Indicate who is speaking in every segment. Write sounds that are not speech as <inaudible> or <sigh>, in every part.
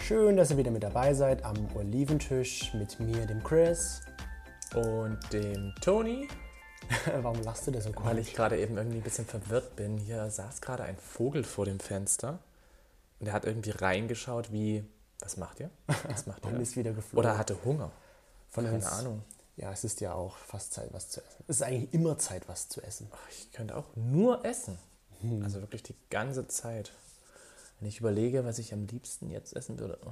Speaker 1: Schön, dass ihr wieder mit dabei seid am Oliventisch mit mir, dem Chris. <laughs>
Speaker 2: Und dem Tony,
Speaker 1: Warum lachst du denn so
Speaker 2: weil
Speaker 1: komisch?
Speaker 2: ich gerade eben irgendwie ein bisschen verwirrt bin. Hier saß gerade ein Vogel vor dem Fenster und er hat irgendwie reingeschaut, wie. Was macht ihr?
Speaker 1: <laughs>
Speaker 2: Was macht
Speaker 1: Und
Speaker 2: ihr?
Speaker 1: ist wieder geflogen.
Speaker 2: Oder hatte Hunger.
Speaker 1: Von
Speaker 2: Keine
Speaker 1: uns.
Speaker 2: Ahnung.
Speaker 1: Ja, es ist ja auch fast Zeit, was zu essen. Es ist eigentlich immer Zeit, was zu essen.
Speaker 2: Ach, Ich könnte auch nur essen.
Speaker 1: Hm.
Speaker 2: Also wirklich die ganze Zeit. Wenn ich überlege, was ich am liebsten jetzt essen würde. Oh.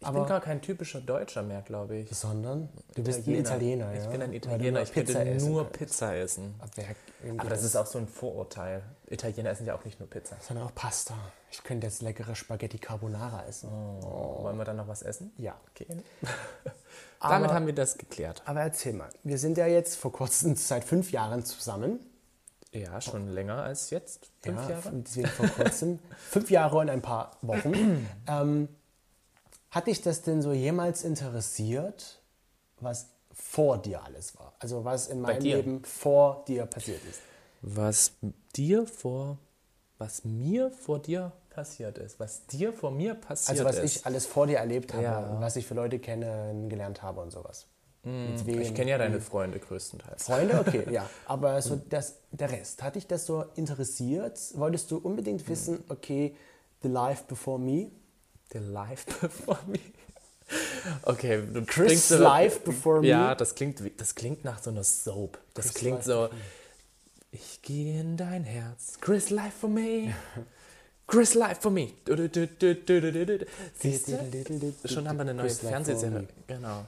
Speaker 2: Ich
Speaker 1: Aber-
Speaker 2: bin gar kein typischer Deutscher mehr, glaube ich.
Speaker 1: Sondern du bist ein Italiener.
Speaker 2: Ich
Speaker 1: ja?
Speaker 2: bin ein
Speaker 1: Weil du
Speaker 2: Italiener.
Speaker 1: nur
Speaker 2: Ich könnte
Speaker 1: Pizza essen
Speaker 2: nur
Speaker 1: kannst.
Speaker 2: Pizza essen.
Speaker 1: Ab wer-
Speaker 2: Aber das ist auch so ein Vorurteil. Italiener essen ja auch nicht nur Pizza.
Speaker 1: sondern auch Pasta. Ich könnte jetzt leckere Spaghetti Carbonara essen.
Speaker 2: Wollen wir dann noch was essen?
Speaker 1: Ja.
Speaker 2: Oh, Okay. <laughs> Damit
Speaker 1: Aber-
Speaker 2: haben wir das geklärt.
Speaker 1: Aber erzähl mal, wir sind ja jetzt vor kurzem seit fünf Jahren zusammen.
Speaker 2: Ja, schon länger als jetzt. Fünf
Speaker 1: ja,
Speaker 2: Jahre?
Speaker 1: Deswegen vor
Speaker 2: <laughs>
Speaker 1: kurzem. fünf Jahre und ein paar Wochen. ähm, hat dich das denn so jemals interessiert, was vor dir alles war? Also was in meinem
Speaker 2: dir?
Speaker 1: Leben vor dir passiert ist?
Speaker 2: Was dir vor, was mir vor dir passiert ist, was dir vor mir passiert
Speaker 1: Also was
Speaker 2: ist.
Speaker 1: ich alles vor dir erlebt habe,
Speaker 2: Ja. Mm,
Speaker 1: und was ich für Leute kennengelernt habe und sowas. Mit wem?
Speaker 2: ich kenne ja deine Freunde größtenteils.
Speaker 1: Freunde,
Speaker 2: <laughs>
Speaker 1: okay, ja. Aber so das, der Rest, hat dich das so interessiert? Wolltest du unbedingt wissen,
Speaker 2: Mm.
Speaker 1: okay, the life before me?
Speaker 2: The life before me. <laughs> Okay, du
Speaker 1: Chris
Speaker 2: bringst so-
Speaker 1: life before
Speaker 2: Ja,
Speaker 1: me.
Speaker 2: das klingt, wie- das klingt nach so einer Soap. Das
Speaker 1: Chris
Speaker 2: klingt
Speaker 1: life
Speaker 2: so. Ich gehe in dein Herz. Chris life for me. Chris life for me. Du, du, du, du, du, du, du, du. Siehst du? Schon haben wir eine neue
Speaker 1: Chris Life for
Speaker 2: Fernsehserie.
Speaker 1: Me.
Speaker 2: Genau.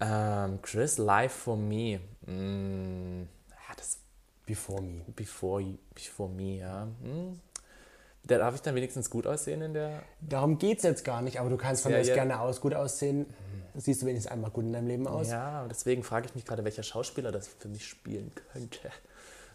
Speaker 2: Ähm, Chris life for me. Mm, ja, das
Speaker 1: Before me.
Speaker 2: before, you- before me, ja. Hm. Da darf ich dann wenigstens gut aussehen in der
Speaker 1: Darum geht es jetzt gar nicht, aber du kannst von
Speaker 2: Ja,
Speaker 1: mir aus
Speaker 2: ja.
Speaker 1: gerne aus gut aussehen. Siehst du wenigstens einmal gut in deinem Leben aus?
Speaker 2: Ja, deswegen frage ich mich gerade, welcher Schauspieler das für mich spielen könnte.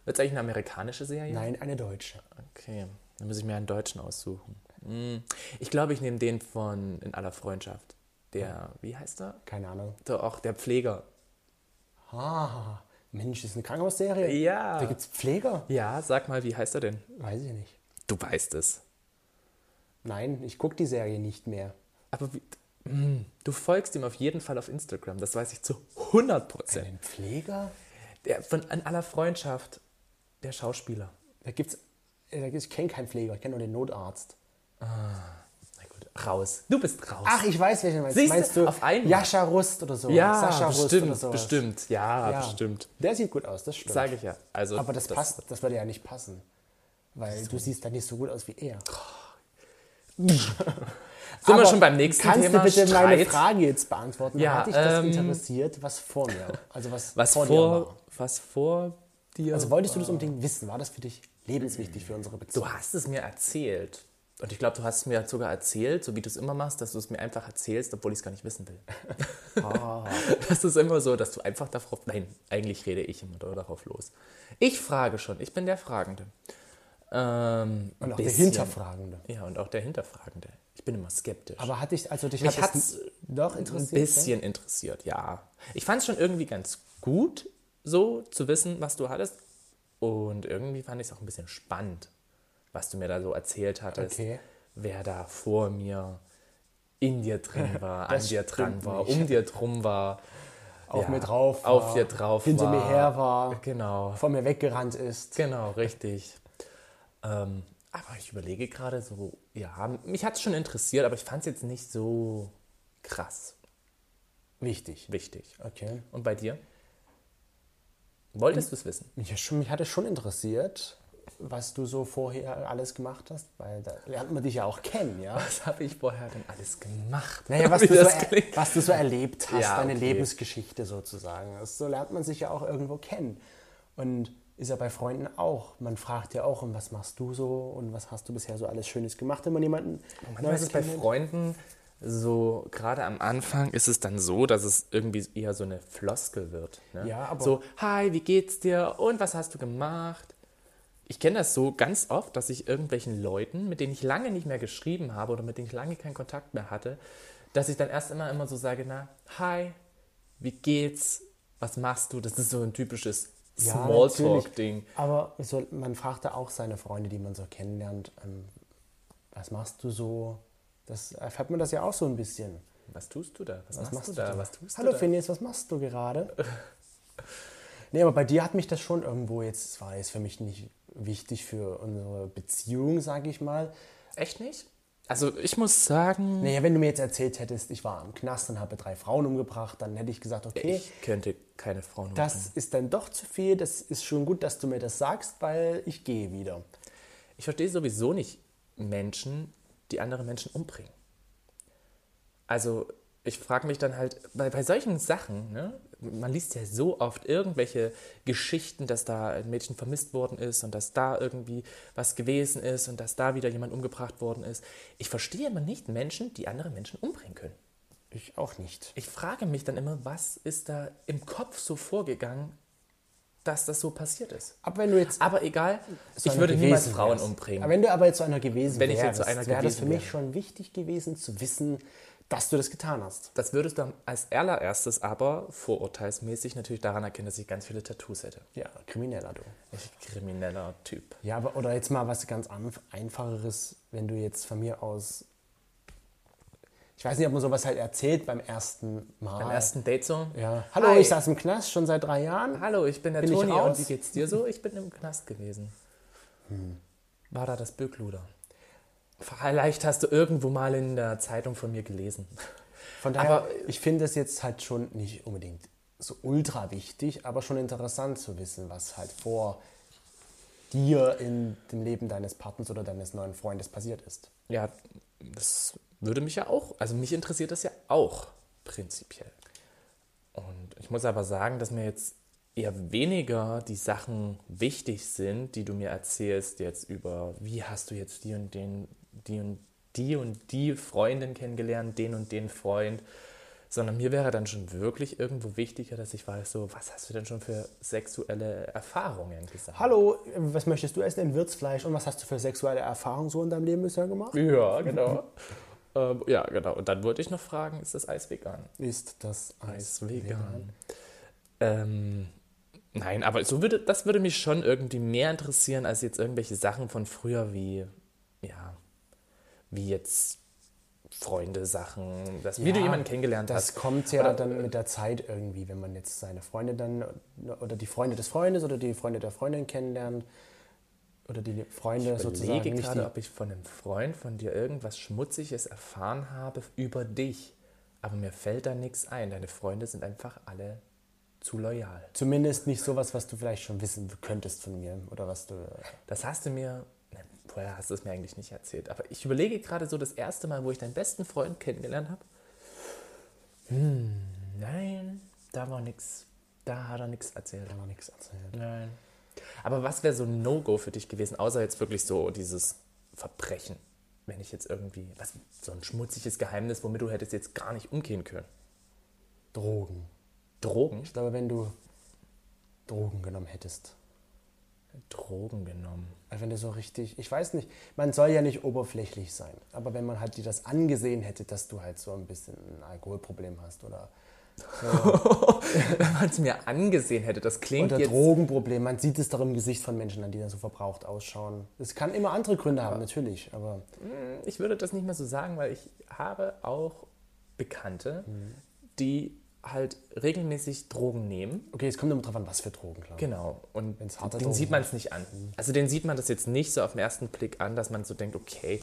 Speaker 2: Wird es eigentlich eine amerikanische Serie?
Speaker 1: Nein, eine Deutsche.
Speaker 2: Okay, dann muss ich mir einen Deutschen aussuchen. Hm, Ich glaube, ich nehme den von In aller Freundschaft. Der, wie heißt er?
Speaker 1: Keine Ahnung.
Speaker 2: Der, auch der Pfleger.
Speaker 1: Ah, Mensch, das ist eine Krankenhausserie. Da
Speaker 2: Ja.
Speaker 1: gibt es Pfleger.
Speaker 2: Ja, sag mal, wie heißt er denn?
Speaker 1: Weiß ich nicht.
Speaker 2: Du weißt es.
Speaker 1: Nein, ich gucke die Serie nicht mehr.
Speaker 2: Aber wie, Hm, du folgst ihm auf jeden Fall auf Instagram. Das weiß ich zu 100 Prozent.
Speaker 1: Einen Pfleger?
Speaker 2: Der von In aller Freundschaft, der Schauspieler.
Speaker 1: Da gibt's. äh, Da gibt's ich kenne keinen Pfleger, ich kenne nur den Notarzt.
Speaker 2: Na gut, raus. Du bist raus.
Speaker 1: Ach, ich weiß, welchen du meinst.
Speaker 2: Siehst du,
Speaker 1: meinst du
Speaker 2: auf einmal.
Speaker 1: Jascha Rust oder so?
Speaker 2: Ja,
Speaker 1: Sascha Rust
Speaker 2: bestimmt,
Speaker 1: oder sowas.
Speaker 2: bestimmt. Ja,
Speaker 1: Ja.
Speaker 2: bestimmt.
Speaker 1: Der sieht gut aus, das stimmt.
Speaker 2: Sage ich ja. Also,
Speaker 1: Aber das, passt, das würde ja nicht passen. Weil du siehst dann nicht so gut aus wie er.
Speaker 2: Sind
Speaker 1: Aber
Speaker 2: wir schon beim nächsten
Speaker 1: kannst
Speaker 2: Thema?
Speaker 1: du bitte meine
Speaker 2: Streit?
Speaker 1: Frage jetzt beantworten?
Speaker 2: Ja,
Speaker 1: Hat dich das
Speaker 2: ähm,
Speaker 1: interessiert, was vor mir war? Also was,
Speaker 2: Was vor,
Speaker 1: vor, dir war?
Speaker 2: was vor dir?
Speaker 1: Also wolltest du das unbedingt wissen? War das für dich lebenswichtig für unsere Beziehung?
Speaker 2: du hast es mir erzählt. Und ich glaube, du hast es mir sogar erzählt, so wie du es immer machst, dass du es mir einfach erzählst, obwohl ich es gar nicht wissen will. <laughs> Das ist immer so, dass du einfach darauf. Nein, eigentlich rede ich immer darauf los. Ich frage schon, ich bin der Fragende. Ähm,
Speaker 1: Und auch der
Speaker 2: bisschen.
Speaker 1: Hinterfragende.
Speaker 2: Ja, und auch der Hinterfragende. Ich bin immer skeptisch.
Speaker 1: Aber hat dich, also dich
Speaker 2: Mich
Speaker 1: hat
Speaker 2: hat's
Speaker 1: es doch
Speaker 2: ein
Speaker 1: interessiert? ne?
Speaker 2: bisschen interessiert, ja. Ich fand es schon irgendwie ganz gut, so zu wissen, was du hattest. Und irgendwie fand ich es auch ein bisschen spannend, was du mir da so erzählt hattest.
Speaker 1: Okay.
Speaker 2: Wer da vor mir in
Speaker 1: <laughs>
Speaker 2: dir drin war, an
Speaker 1: Das
Speaker 2: dir dran
Speaker 1: stimmt
Speaker 2: war,
Speaker 1: nicht.
Speaker 2: um dir drum war.
Speaker 1: Auf mir drauf
Speaker 2: Auf
Speaker 1: war,
Speaker 2: dir drauf
Speaker 1: hinter
Speaker 2: war.
Speaker 1: mir her war.
Speaker 2: Genau,
Speaker 1: Von mir weggerannt ist.
Speaker 2: genau, richtig. Ähm, aber ich überlege gerade so, ja, mich hat es schon interessiert, aber ich fand es jetzt nicht so krass
Speaker 1: Wichtig.
Speaker 2: wichtig.
Speaker 1: Okay.
Speaker 2: Und bei dir? Wolltest du es wissen?
Speaker 1: Mich, hat schon, mich hat es schon interessiert, was du so vorher alles gemacht hast, weil da lernt man dich ja auch kennen, ja?
Speaker 2: Was habe ich vorher denn alles gemacht?
Speaker 1: Naja, was,
Speaker 2: Wie
Speaker 1: du so,
Speaker 2: das
Speaker 1: er,
Speaker 2: klingt.
Speaker 1: was du so erlebt hast,
Speaker 2: Ja,
Speaker 1: deine
Speaker 2: okay.
Speaker 1: Lebensgeschichte sozusagen. Das- So lernt man sich ja auch irgendwo kennen. Und ist ja bei Freunden auch. Man fragt ja auch, und was machst du so und was hast du bisher so alles Schönes gemacht, wenn man jemanden
Speaker 2: Manchmal ist es bei
Speaker 1: kennenlernt?
Speaker 2: Freunden so, gerade am Anfang ist es dann so, dass es irgendwie eher so eine Floskel wird. Ne?
Speaker 1: Ja, aber-
Speaker 2: So, hi, wie geht's dir? Und was hast du gemacht? Ich kenne das so ganz oft, dass ich irgendwelchen Leuten, mit denen ich lange nicht mehr geschrieben habe oder mit denen ich lange keinen Kontakt mehr hatte, dass ich dann erst immer immer so sage, na, hi, wie geht's? Was machst du? Das ist so ein typisches
Speaker 1: Ja,
Speaker 2: Smalltalk-Ding.
Speaker 1: Aber so, man fragt da auch seine Freunde, die man so kennenlernt, ähm, was machst du so? Das erfährt man das ja auch so ein bisschen.
Speaker 2: Was tust du da? Was,
Speaker 1: Was
Speaker 2: machst, du da? Was tust
Speaker 1: Hallo
Speaker 2: du da?
Speaker 1: Phineas, was machst du gerade? <laughs> nee, aber bei dir hat mich das schon irgendwo jetzt, es war jetzt für mich nicht wichtig für unsere Beziehung, sage ich
Speaker 2: Hm.
Speaker 1: mal.
Speaker 2: Echt nicht? Also ich muss sagen,
Speaker 1: Naja, wenn du mir jetzt erzählt hättest, ich war im Knast und habe drei Frauen umgebracht, dann hätte ich gesagt, okay,
Speaker 2: ich könnte keine Frauen
Speaker 1: das ist dann doch zu viel, das ist schon gut, dass du mir das sagst, weil ich gehe wieder.
Speaker 2: Ich verstehe sowieso nicht Menschen, die andere Menschen umbringen. Also ich frage mich dann halt, bei, bei solchen Sachen, ne, man liest ja so oft irgendwelche Geschichten, dass da ein Mädchen vermisst worden ist und dass da irgendwie was gewesen ist und dass da wieder jemand umgebracht worden ist. Ich verstehe immer nicht Menschen, die andere Menschen umbringen können.
Speaker 1: Ich auch nicht.
Speaker 2: Ich frage mich dann immer, was ist da im Kopf so vorgegangen, dass das so passiert ist.
Speaker 1: Aber wenn du jetzt
Speaker 2: Aber egal,
Speaker 1: zu
Speaker 2: Ah, ich
Speaker 1: einer
Speaker 2: würde niemals
Speaker 1: gewesen
Speaker 2: Frauen
Speaker 1: wärst.
Speaker 2: umbringen.
Speaker 1: Aber wenn du aber jetzt zu einer gewesen
Speaker 2: Wenn ich
Speaker 1: wärst,
Speaker 2: jetzt zu einer
Speaker 1: wäre das für
Speaker 2: gewesen
Speaker 1: mich
Speaker 2: wäre.
Speaker 1: schon wichtig gewesen zu wissen, dass du das getan hast.
Speaker 2: Das würdest du als allererstes aber vorurteilsmäßig natürlich daran erkennen, dass ich ganz viele Tattoos hätte.
Speaker 1: Ja, krimineller du.
Speaker 2: Ich krimineller Typ.
Speaker 1: Ja, aber oder jetzt mal was ganz anf- einfacheres, wenn du jetzt von mir aus ich weiß nicht, ob man sowas halt erzählt beim ersten Mal.
Speaker 2: Beim ersten Date so.
Speaker 1: Ah. ja. Hallo,
Speaker 2: Hi.
Speaker 1: ich saß im Knast schon seit drei Jahren.
Speaker 2: Hallo, ich bin der
Speaker 1: Bin ich
Speaker 2: Toni
Speaker 1: raus?
Speaker 2: und wie geht's dir so? Ich bin im Knast gewesen.
Speaker 1: Hm.
Speaker 2: War da das Böckluder? Vielleicht hast du irgendwo mal in der Zeitung von mir gelesen.
Speaker 1: Von daher,
Speaker 2: Aber-
Speaker 1: ich finde es jetzt halt schon nicht unbedingt so ultra wichtig, aber schon interessant zu wissen, was halt vor dir in dem Leben deines Partners oder deines neuen Freundes passiert ist.
Speaker 2: Ja, das würde mich ja auch, also mich interessiert das ja auch prinzipiell. Und ich muss aber sagen, dass mir jetzt eher weniger die Sachen wichtig sind, die du mir erzählst jetzt über, wie hast du jetzt die und den, die und die und die Freundin kennengelernt, den und den Freund, sondern mir wäre dann schon wirklich irgendwo wichtiger, dass ich weiß, so, was hast du denn schon für sexuelle Erfahrungen gesagt?
Speaker 1: Hallo, was möchtest du essen? Ein Wirtsfleisch. Und was hast du für sexuelle Erfahrungen so in deinem Leben bisher gemacht?
Speaker 2: Ja, genau. <laughs> ähm, ja, genau. Und dann wollte ich noch fragen, ist das Eis vegan?
Speaker 1: Ist das Eis vegan?
Speaker 2: Ähm, nein, aber so würde, das würde mich schon irgendwie mehr interessieren als jetzt irgendwelche Sachen von früher wie, ja, wie jetzt Freunde-Sachen, dass- wie
Speaker 1: Ja,
Speaker 2: du jemanden kennengelernt
Speaker 1: Das
Speaker 2: hast.
Speaker 1: kommt ja
Speaker 2: Oder-
Speaker 1: dann mit der Zeit irgendwie, wenn man jetzt seine Freunde dann oder die Freunde des Freundes oder die Freunde der Freundin kennenlernt oder die Freunde
Speaker 2: Ich
Speaker 1: sozusagen
Speaker 2: überlege
Speaker 1: nicht
Speaker 2: gerade,
Speaker 1: die,
Speaker 2: ob ich von einem Freund von dir irgendwas Schmutziges erfahren habe über dich. Aber mir fällt da nichts ein. Deine Freunde sind einfach alle zu loyal.
Speaker 1: zumindest nicht sowas, was du vielleicht schon wissen könntest von mir oder was du äh,
Speaker 2: Das hast du mir, ne, vorher hast du es mir eigentlich nicht erzählt, aber ich überlege gerade so das erste Mal, wo ich deinen besten Freund kennengelernt habe. Hm, nein, da war nix. Da hat er nichts erzählt.
Speaker 1: da noch nichts erzählt.
Speaker 2: Nein. Aber was wäre so ein No-Go für dich gewesen, außer jetzt wirklich so dieses Verbrechen? Wenn ich jetzt irgendwie, was, so ein schmutziges Geheimnis, womit du hättest jetzt gar nicht umgehen können.
Speaker 1: Drogen.
Speaker 2: Drogen?
Speaker 1: Ich glaube, wenn du Drogen genommen hättest,
Speaker 2: Drogen <laughs> genommen.
Speaker 1: also wenn du so richtig, ich weiß nicht, man soll ja nicht oberflächlich sein, aber wenn man halt dir das angesehen hätte, dass du halt so ein bisschen ein Alkoholproblem hast oder
Speaker 2: Wenn man es mir angesehen hätte, das klingt
Speaker 1: Oder
Speaker 2: jetzt...
Speaker 1: Drogenproblem. Man sieht es doch im Gesicht von Menschen, an die dann so verbraucht ausschauen. Es kann immer andere Gründe haben, natürlich. Aber
Speaker 2: ich würde das nicht mehr so sagen, weil ich habe auch Bekannte,
Speaker 1: Mhm.
Speaker 2: die halt regelmäßig Drogen nehmen.
Speaker 1: okay, es kommt immer drauf an, was für Drogen, klar.
Speaker 2: Genau. Und
Speaker 1: Wenn's harte
Speaker 2: den
Speaker 1: Drogen Mhm.
Speaker 2: sieht man es nicht an. Also den sieht man das jetzt nicht so auf den ersten Blick an, dass man so denkt, okay,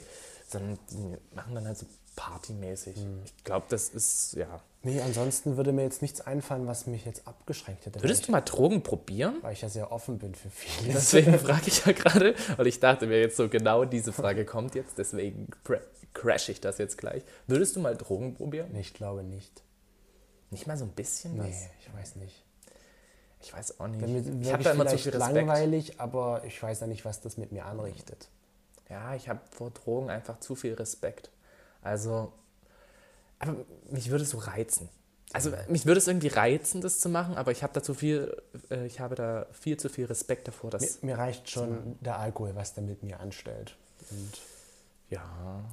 Speaker 2: sondern die machen dann halt so partymäßig.
Speaker 1: Mhm.
Speaker 2: Ich glaube, das ist, ja.
Speaker 1: Nee, ansonsten würde mir jetzt nichts einfallen, was mich jetzt abgeschreckt hätte. Weil
Speaker 2: Würdest
Speaker 1: ich,
Speaker 2: du mal
Speaker 1: <laughs>
Speaker 2: Drogen probieren?
Speaker 1: weil ich ja sehr offen bin für vieles.
Speaker 2: Deswegen frage ich ja gerade, weil ich dachte mir jetzt so genau diese Frage kommt jetzt, deswegen pra- crash ich das jetzt gleich. Würdest du mal Drogen probieren?
Speaker 1: Nee, ich glaube nicht.
Speaker 2: Nicht mal so ein bisschen was?
Speaker 1: Nee, ich weiß nicht.
Speaker 2: Ich weiß auch nicht.
Speaker 1: Damit
Speaker 2: ich
Speaker 1: wäre
Speaker 2: habe
Speaker 1: ich
Speaker 2: da immer zu
Speaker 1: vielleicht
Speaker 2: viel Respekt.
Speaker 1: langweilig, aber ich weiß ja nicht, was das mit mir anrichtet.
Speaker 2: Ja, ich habe vor Drogen einfach zu viel Respekt. Also, aber mich würde es so reizen. Also mich würde es irgendwie reizen, das zu machen, aber ich habe da zu viel, äh, ich habe da viel zu viel Respekt davor,
Speaker 1: Mir,
Speaker 2: dass
Speaker 1: mir reicht schon der Alkohol, was der mit mir anstellt. Und,
Speaker 2: ja.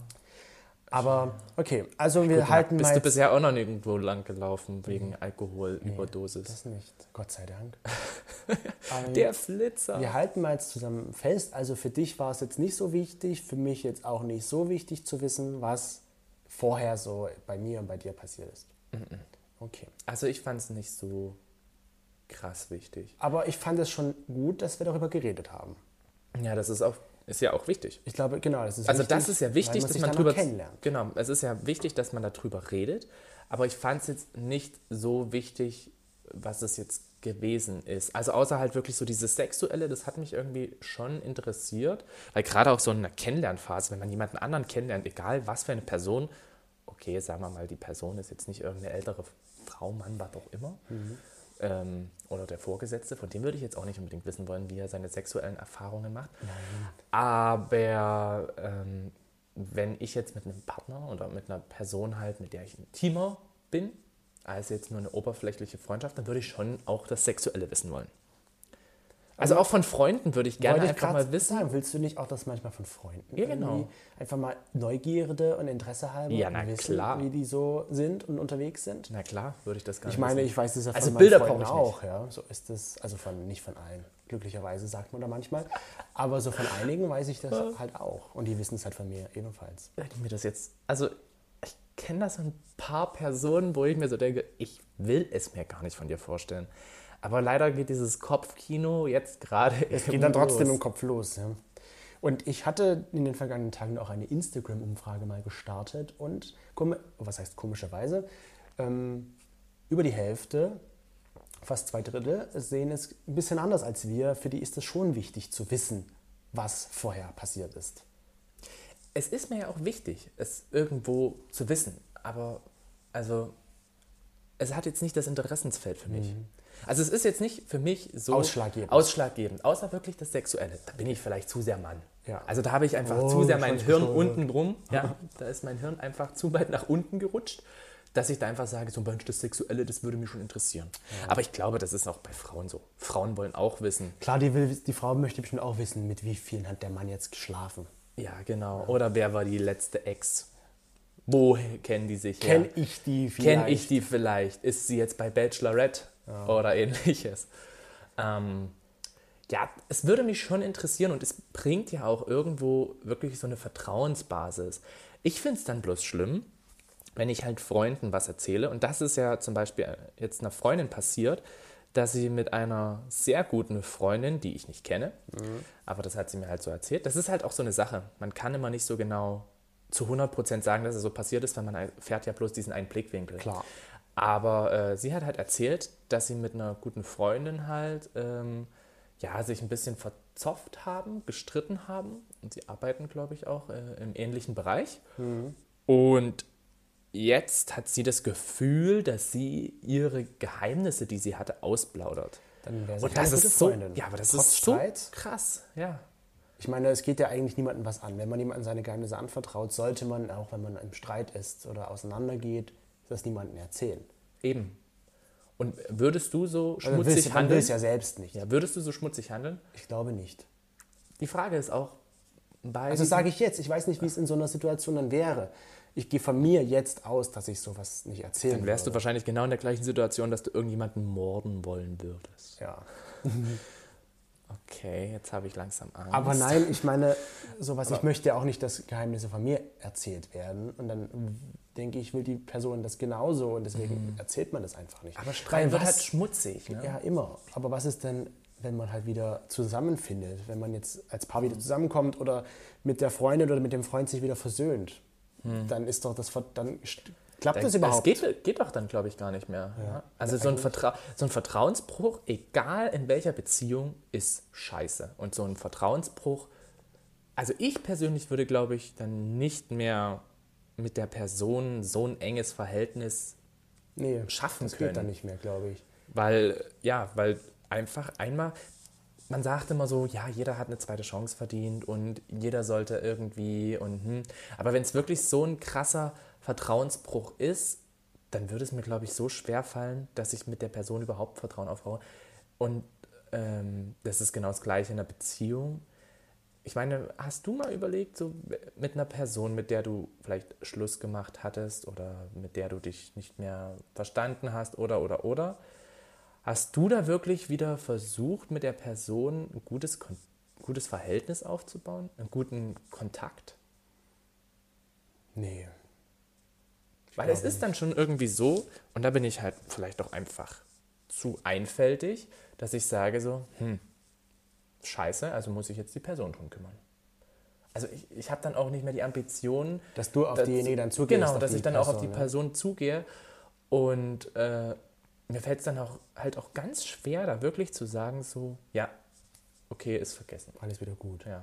Speaker 1: aber okay, also wir
Speaker 2: Gut,
Speaker 1: halten
Speaker 2: bist
Speaker 1: mal
Speaker 2: du
Speaker 1: jetzt,
Speaker 2: bisher auch noch nirgendwo lang gelaufen wegen Alkoholüberdosis.
Speaker 1: das nicht. Gott sei
Speaker 2: <laughs>
Speaker 1: Dank. Aber wir-
Speaker 2: Der Flitzer.
Speaker 1: Wir halten mal jetzt zusammen fest, also für dich war es jetzt nicht so wichtig, für mich jetzt auch nicht so wichtig zu wissen, was vorher so bei mir und bei dir passiert ist.
Speaker 2: Mhm.
Speaker 1: Okay.
Speaker 2: Also ich fand es nicht so krass wichtig.
Speaker 1: Aber ich fand es schon gut, dass wir darüber geredet haben.
Speaker 2: Ja, das ist auch, ist ja auch wichtig.
Speaker 1: Ich glaube, genau, das ist
Speaker 2: Also das ist ja
Speaker 1: weil
Speaker 2: wichtig, dass
Speaker 1: sich
Speaker 2: man
Speaker 1: dann auch
Speaker 2: drüber
Speaker 1: kennenlernt.
Speaker 2: Genau, es ist ja wichtig, dass man darüber redet, aber ich fand es jetzt nicht so wichtig, was es jetzt gewesen ist. Also außer halt wirklich so dieses sexuelle, das hat mich irgendwie schon interessiert, weil gerade auch so in einer Kennenlernphase, wenn man jemanden anderen kennenlernt, egal was für eine Person, okay, sagen wir mal, die Person ist jetzt nicht irgendeine ältere Frau, Mann, was auch immer.
Speaker 1: Mhm.
Speaker 2: Ähm, oder der Vorgesetzte, von dem würde ich jetzt auch nicht unbedingt wissen wollen, wie er seine sexuellen Erfahrungen macht. Aber ähm, wenn ich jetzt mit einem Partner oder mit einer Person halt, mit der ich intimer bin, als jetzt nur eine oberflächliche Freundschaft, dann würde ich schon auch das Sexuelle wissen wollen. Also auch von Freunden würde ich gerne
Speaker 1: Wollte ich
Speaker 2: einfach
Speaker 1: grad
Speaker 2: mal wissen.
Speaker 1: Sagen, willst du nicht auch das manchmal von Freunden?
Speaker 2: Ja, genau.
Speaker 1: irgendwie Einfach mal Neugierde und Interesse halber
Speaker 2: Ja, na
Speaker 1: und wissen,
Speaker 2: klar.
Speaker 1: wie die so sind und unterwegs sind?
Speaker 2: Na klar, würde ich das gerne
Speaker 1: Ich meine,
Speaker 2: wissen.
Speaker 1: ich weiß es ja von
Speaker 2: Also
Speaker 1: meinen
Speaker 2: Bilder
Speaker 1: Freunden
Speaker 2: brauche ich nicht.
Speaker 1: auch, ja. So ist es, also von nicht von allen. Glücklicherweise sagt man da manchmal, aber so von einigen weiß ich das halt auch und die wissen es halt von mir ebenfalls.
Speaker 2: wenn ich mir das jetzt, also ich kenne das so ein paar Personen, wo ich mir so denke, ich will es mir gar nicht von dir vorstellen. Aber leider geht dieses Kopfkino jetzt gerade. <laughs>
Speaker 1: Es geht dann trotzdem im Kopf los. Ja. Und ich hatte in den vergangenen Tagen auch eine Instagram-Umfrage mal gestartet und, komm- was heißt komischerweise, ähm, über die Hälfte, fast zwei Drittel, sehen es ein bisschen anders als wir. Für die ist es schon wichtig zu wissen, was vorher passiert ist.
Speaker 2: Es ist mir ja auch wichtig, es irgendwo zu wissen. Aber also, es hat jetzt nicht das Interessensfeld für mich. Also es ist jetzt nicht für mich so
Speaker 1: Mhm. Ausschlaggebend.
Speaker 2: ausschlaggebend, außer wirklich das Sexuelle. Da bin ich vielleicht zu sehr Mann.
Speaker 1: Ja.
Speaker 2: Also da habe ich einfach
Speaker 1: Oh,
Speaker 2: zu sehr mein
Speaker 1: schon
Speaker 2: Hirn
Speaker 1: so.
Speaker 2: unten drum.
Speaker 1: <laughs>
Speaker 2: Ja, da ist mein Hirn einfach zu weit nach unten gerutscht, dass ich da einfach sage, so Mensch, das Sexuelle, das würde mich schon interessieren. Aber ich glaube, das ist auch bei Frauen so. Frauen wollen auch wissen,
Speaker 1: Klar, die, will, die Frau möchte bestimmt auch wissen, mit wie vielen hat der Mann jetzt geschlafen.
Speaker 2: ja genau, oder wer war die letzte Ex? Wo kennen die sich her?
Speaker 1: Kenn ich die
Speaker 2: Kenne ich die vielleicht? Ist sie jetzt bei Bachelorette oder <laughs> ähnliches? Ähm, ja, es würde mich schon interessieren und es bringt ja auch irgendwo wirklich so eine Vertrauensbasis. Ich finde es dann bloß schlimm, wenn ich halt Freunden was erzähle. Und das ist ja zum Beispiel äh, jetzt einer Freundin passiert, dass sie mit einer sehr guten Freundin, die ich nicht kenne, aber das hat sie mir halt so erzählt. Das ist halt auch so eine Sache. Man kann immer nicht so genau zu 100% sagen, dass es so passiert ist, weil man erfährt ja bloß diesen einen Blickwinkel.
Speaker 1: Klar.
Speaker 2: Aber äh, sie hat halt erzählt, dass sie mit einer guten Freundin halt ähm, ja, sich ein bisschen verzopft haben, gestritten haben. Und sie arbeiten, glaube ich, auch äh, im ähnlichen Bereich. Und jetzt hat sie das Gefühl, dass sie ihre Geheimnisse, die sie hatte, ausplaudert.
Speaker 1: Dann wäre sie
Speaker 2: Und das
Speaker 1: keine
Speaker 2: ist
Speaker 1: gute
Speaker 2: so,
Speaker 1: Freundin.
Speaker 2: ja, aber das
Speaker 1: Trotz
Speaker 2: ist so
Speaker 1: Streit?
Speaker 2: krass, ja.
Speaker 1: Ich meine, es geht ja eigentlich niemandem was an. Wenn man jemandem seine Geheimnisse anvertraut, sollte man, auch wenn man im Streit ist oder auseinandergeht, das niemandem erzählen.
Speaker 2: Eben. Und würdest du so
Speaker 1: Also man will's-
Speaker 2: schmutzig
Speaker 1: man will
Speaker 2: handeln?
Speaker 1: es ja selbst nicht.
Speaker 2: ja, würdest du so schmutzig handeln?
Speaker 1: Ich glaube nicht.
Speaker 2: Die Frage ist auch, bei
Speaker 1: Also
Speaker 2: diesem-
Speaker 1: sage ich jetzt, ich weiß nicht, wie es in so einer Situation dann wäre. Ich gehe von mir jetzt aus, dass ich sowas nicht erzählen
Speaker 2: dann wärst du
Speaker 1: würde.
Speaker 2: wahrscheinlich genau in der gleichen Situation, dass du irgendjemanden morden wollen würdest.
Speaker 1: Ja.
Speaker 2: Okay, jetzt habe ich langsam Angst.
Speaker 1: Aber nein, ich meine, sowas, ich möchte ja auch nicht, dass Geheimnisse von mir erzählt werden. Und dann denke ich, will die Person das genauso und deswegen erzählt man das einfach nicht.
Speaker 2: Mhm. Aber Streit
Speaker 1: Weil
Speaker 2: wird halt schmutzig. Ne?
Speaker 1: Ja, immer. Aber was ist denn, wenn man halt wieder zusammenfindet, wenn man jetzt als Paar
Speaker 2: Mhm.
Speaker 1: wieder zusammenkommt oder mit der Freundin oder mit dem Freund sich wieder versöhnt? Dann ist doch das, Ver- dann st- klappt das überhaupt.
Speaker 2: Das Mhm. geht, geht doch dann, glaube ich, gar nicht mehr. ne? Also so ein, Vertra so ein Vertrauensbruch, egal in welcher Beziehung, ist scheiße. Und so ein Vertrauensbruch, also ich persönlich würde, glaube ich, dann nicht mehr mit der Person so ein enges Verhältnis,
Speaker 1: nee,
Speaker 2: schaffen
Speaker 1: das
Speaker 2: können.
Speaker 1: geht dann nicht mehr, glaube ich.
Speaker 2: weil, ja, weil einfach einmal, man sagt immer so, ja, jeder hat eine zweite Chance verdient und jeder sollte irgendwie und hm. Aber wenn es wirklich so ein krasser Vertrauensbruch ist, dann würde es mir, glaube ich, so schwer fallen, dass ich mit der Person überhaupt Vertrauen aufbaue. Und ähm, das ist genau das Gleiche in der Beziehung. Ich meine, hast du mal überlegt, so mit einer Person, mit der du vielleicht Schluss gemacht hattest oder mit der du dich nicht mehr verstanden hast oder oder oder, Hast du da wirklich wieder versucht, mit der Person ein gutes, Kon gutes Verhältnis aufzubauen, einen guten Kontakt?
Speaker 1: Nee.
Speaker 2: Weil es ist dann schon irgendwie so, und da bin ich halt vielleicht auch einfach zu einfältig, dass ich sage so, hm, scheiße, also muss ich jetzt die Person drum kümmern. Also ich, ich habe dann auch nicht mehr die Ambitionen,
Speaker 1: Dass du auf
Speaker 2: dass-
Speaker 1: diejenige dann zugehst.
Speaker 2: Genau,
Speaker 1: auf
Speaker 2: dass
Speaker 1: die
Speaker 2: ich dann auch auf die
Speaker 1: ne?
Speaker 2: Person zugehe. Und äh, mir fällt es dann auch halt auch ganz schwer, da wirklich zu sagen, so, ja, okay, ist vergessen.
Speaker 1: Alles wieder gut.
Speaker 2: Ja.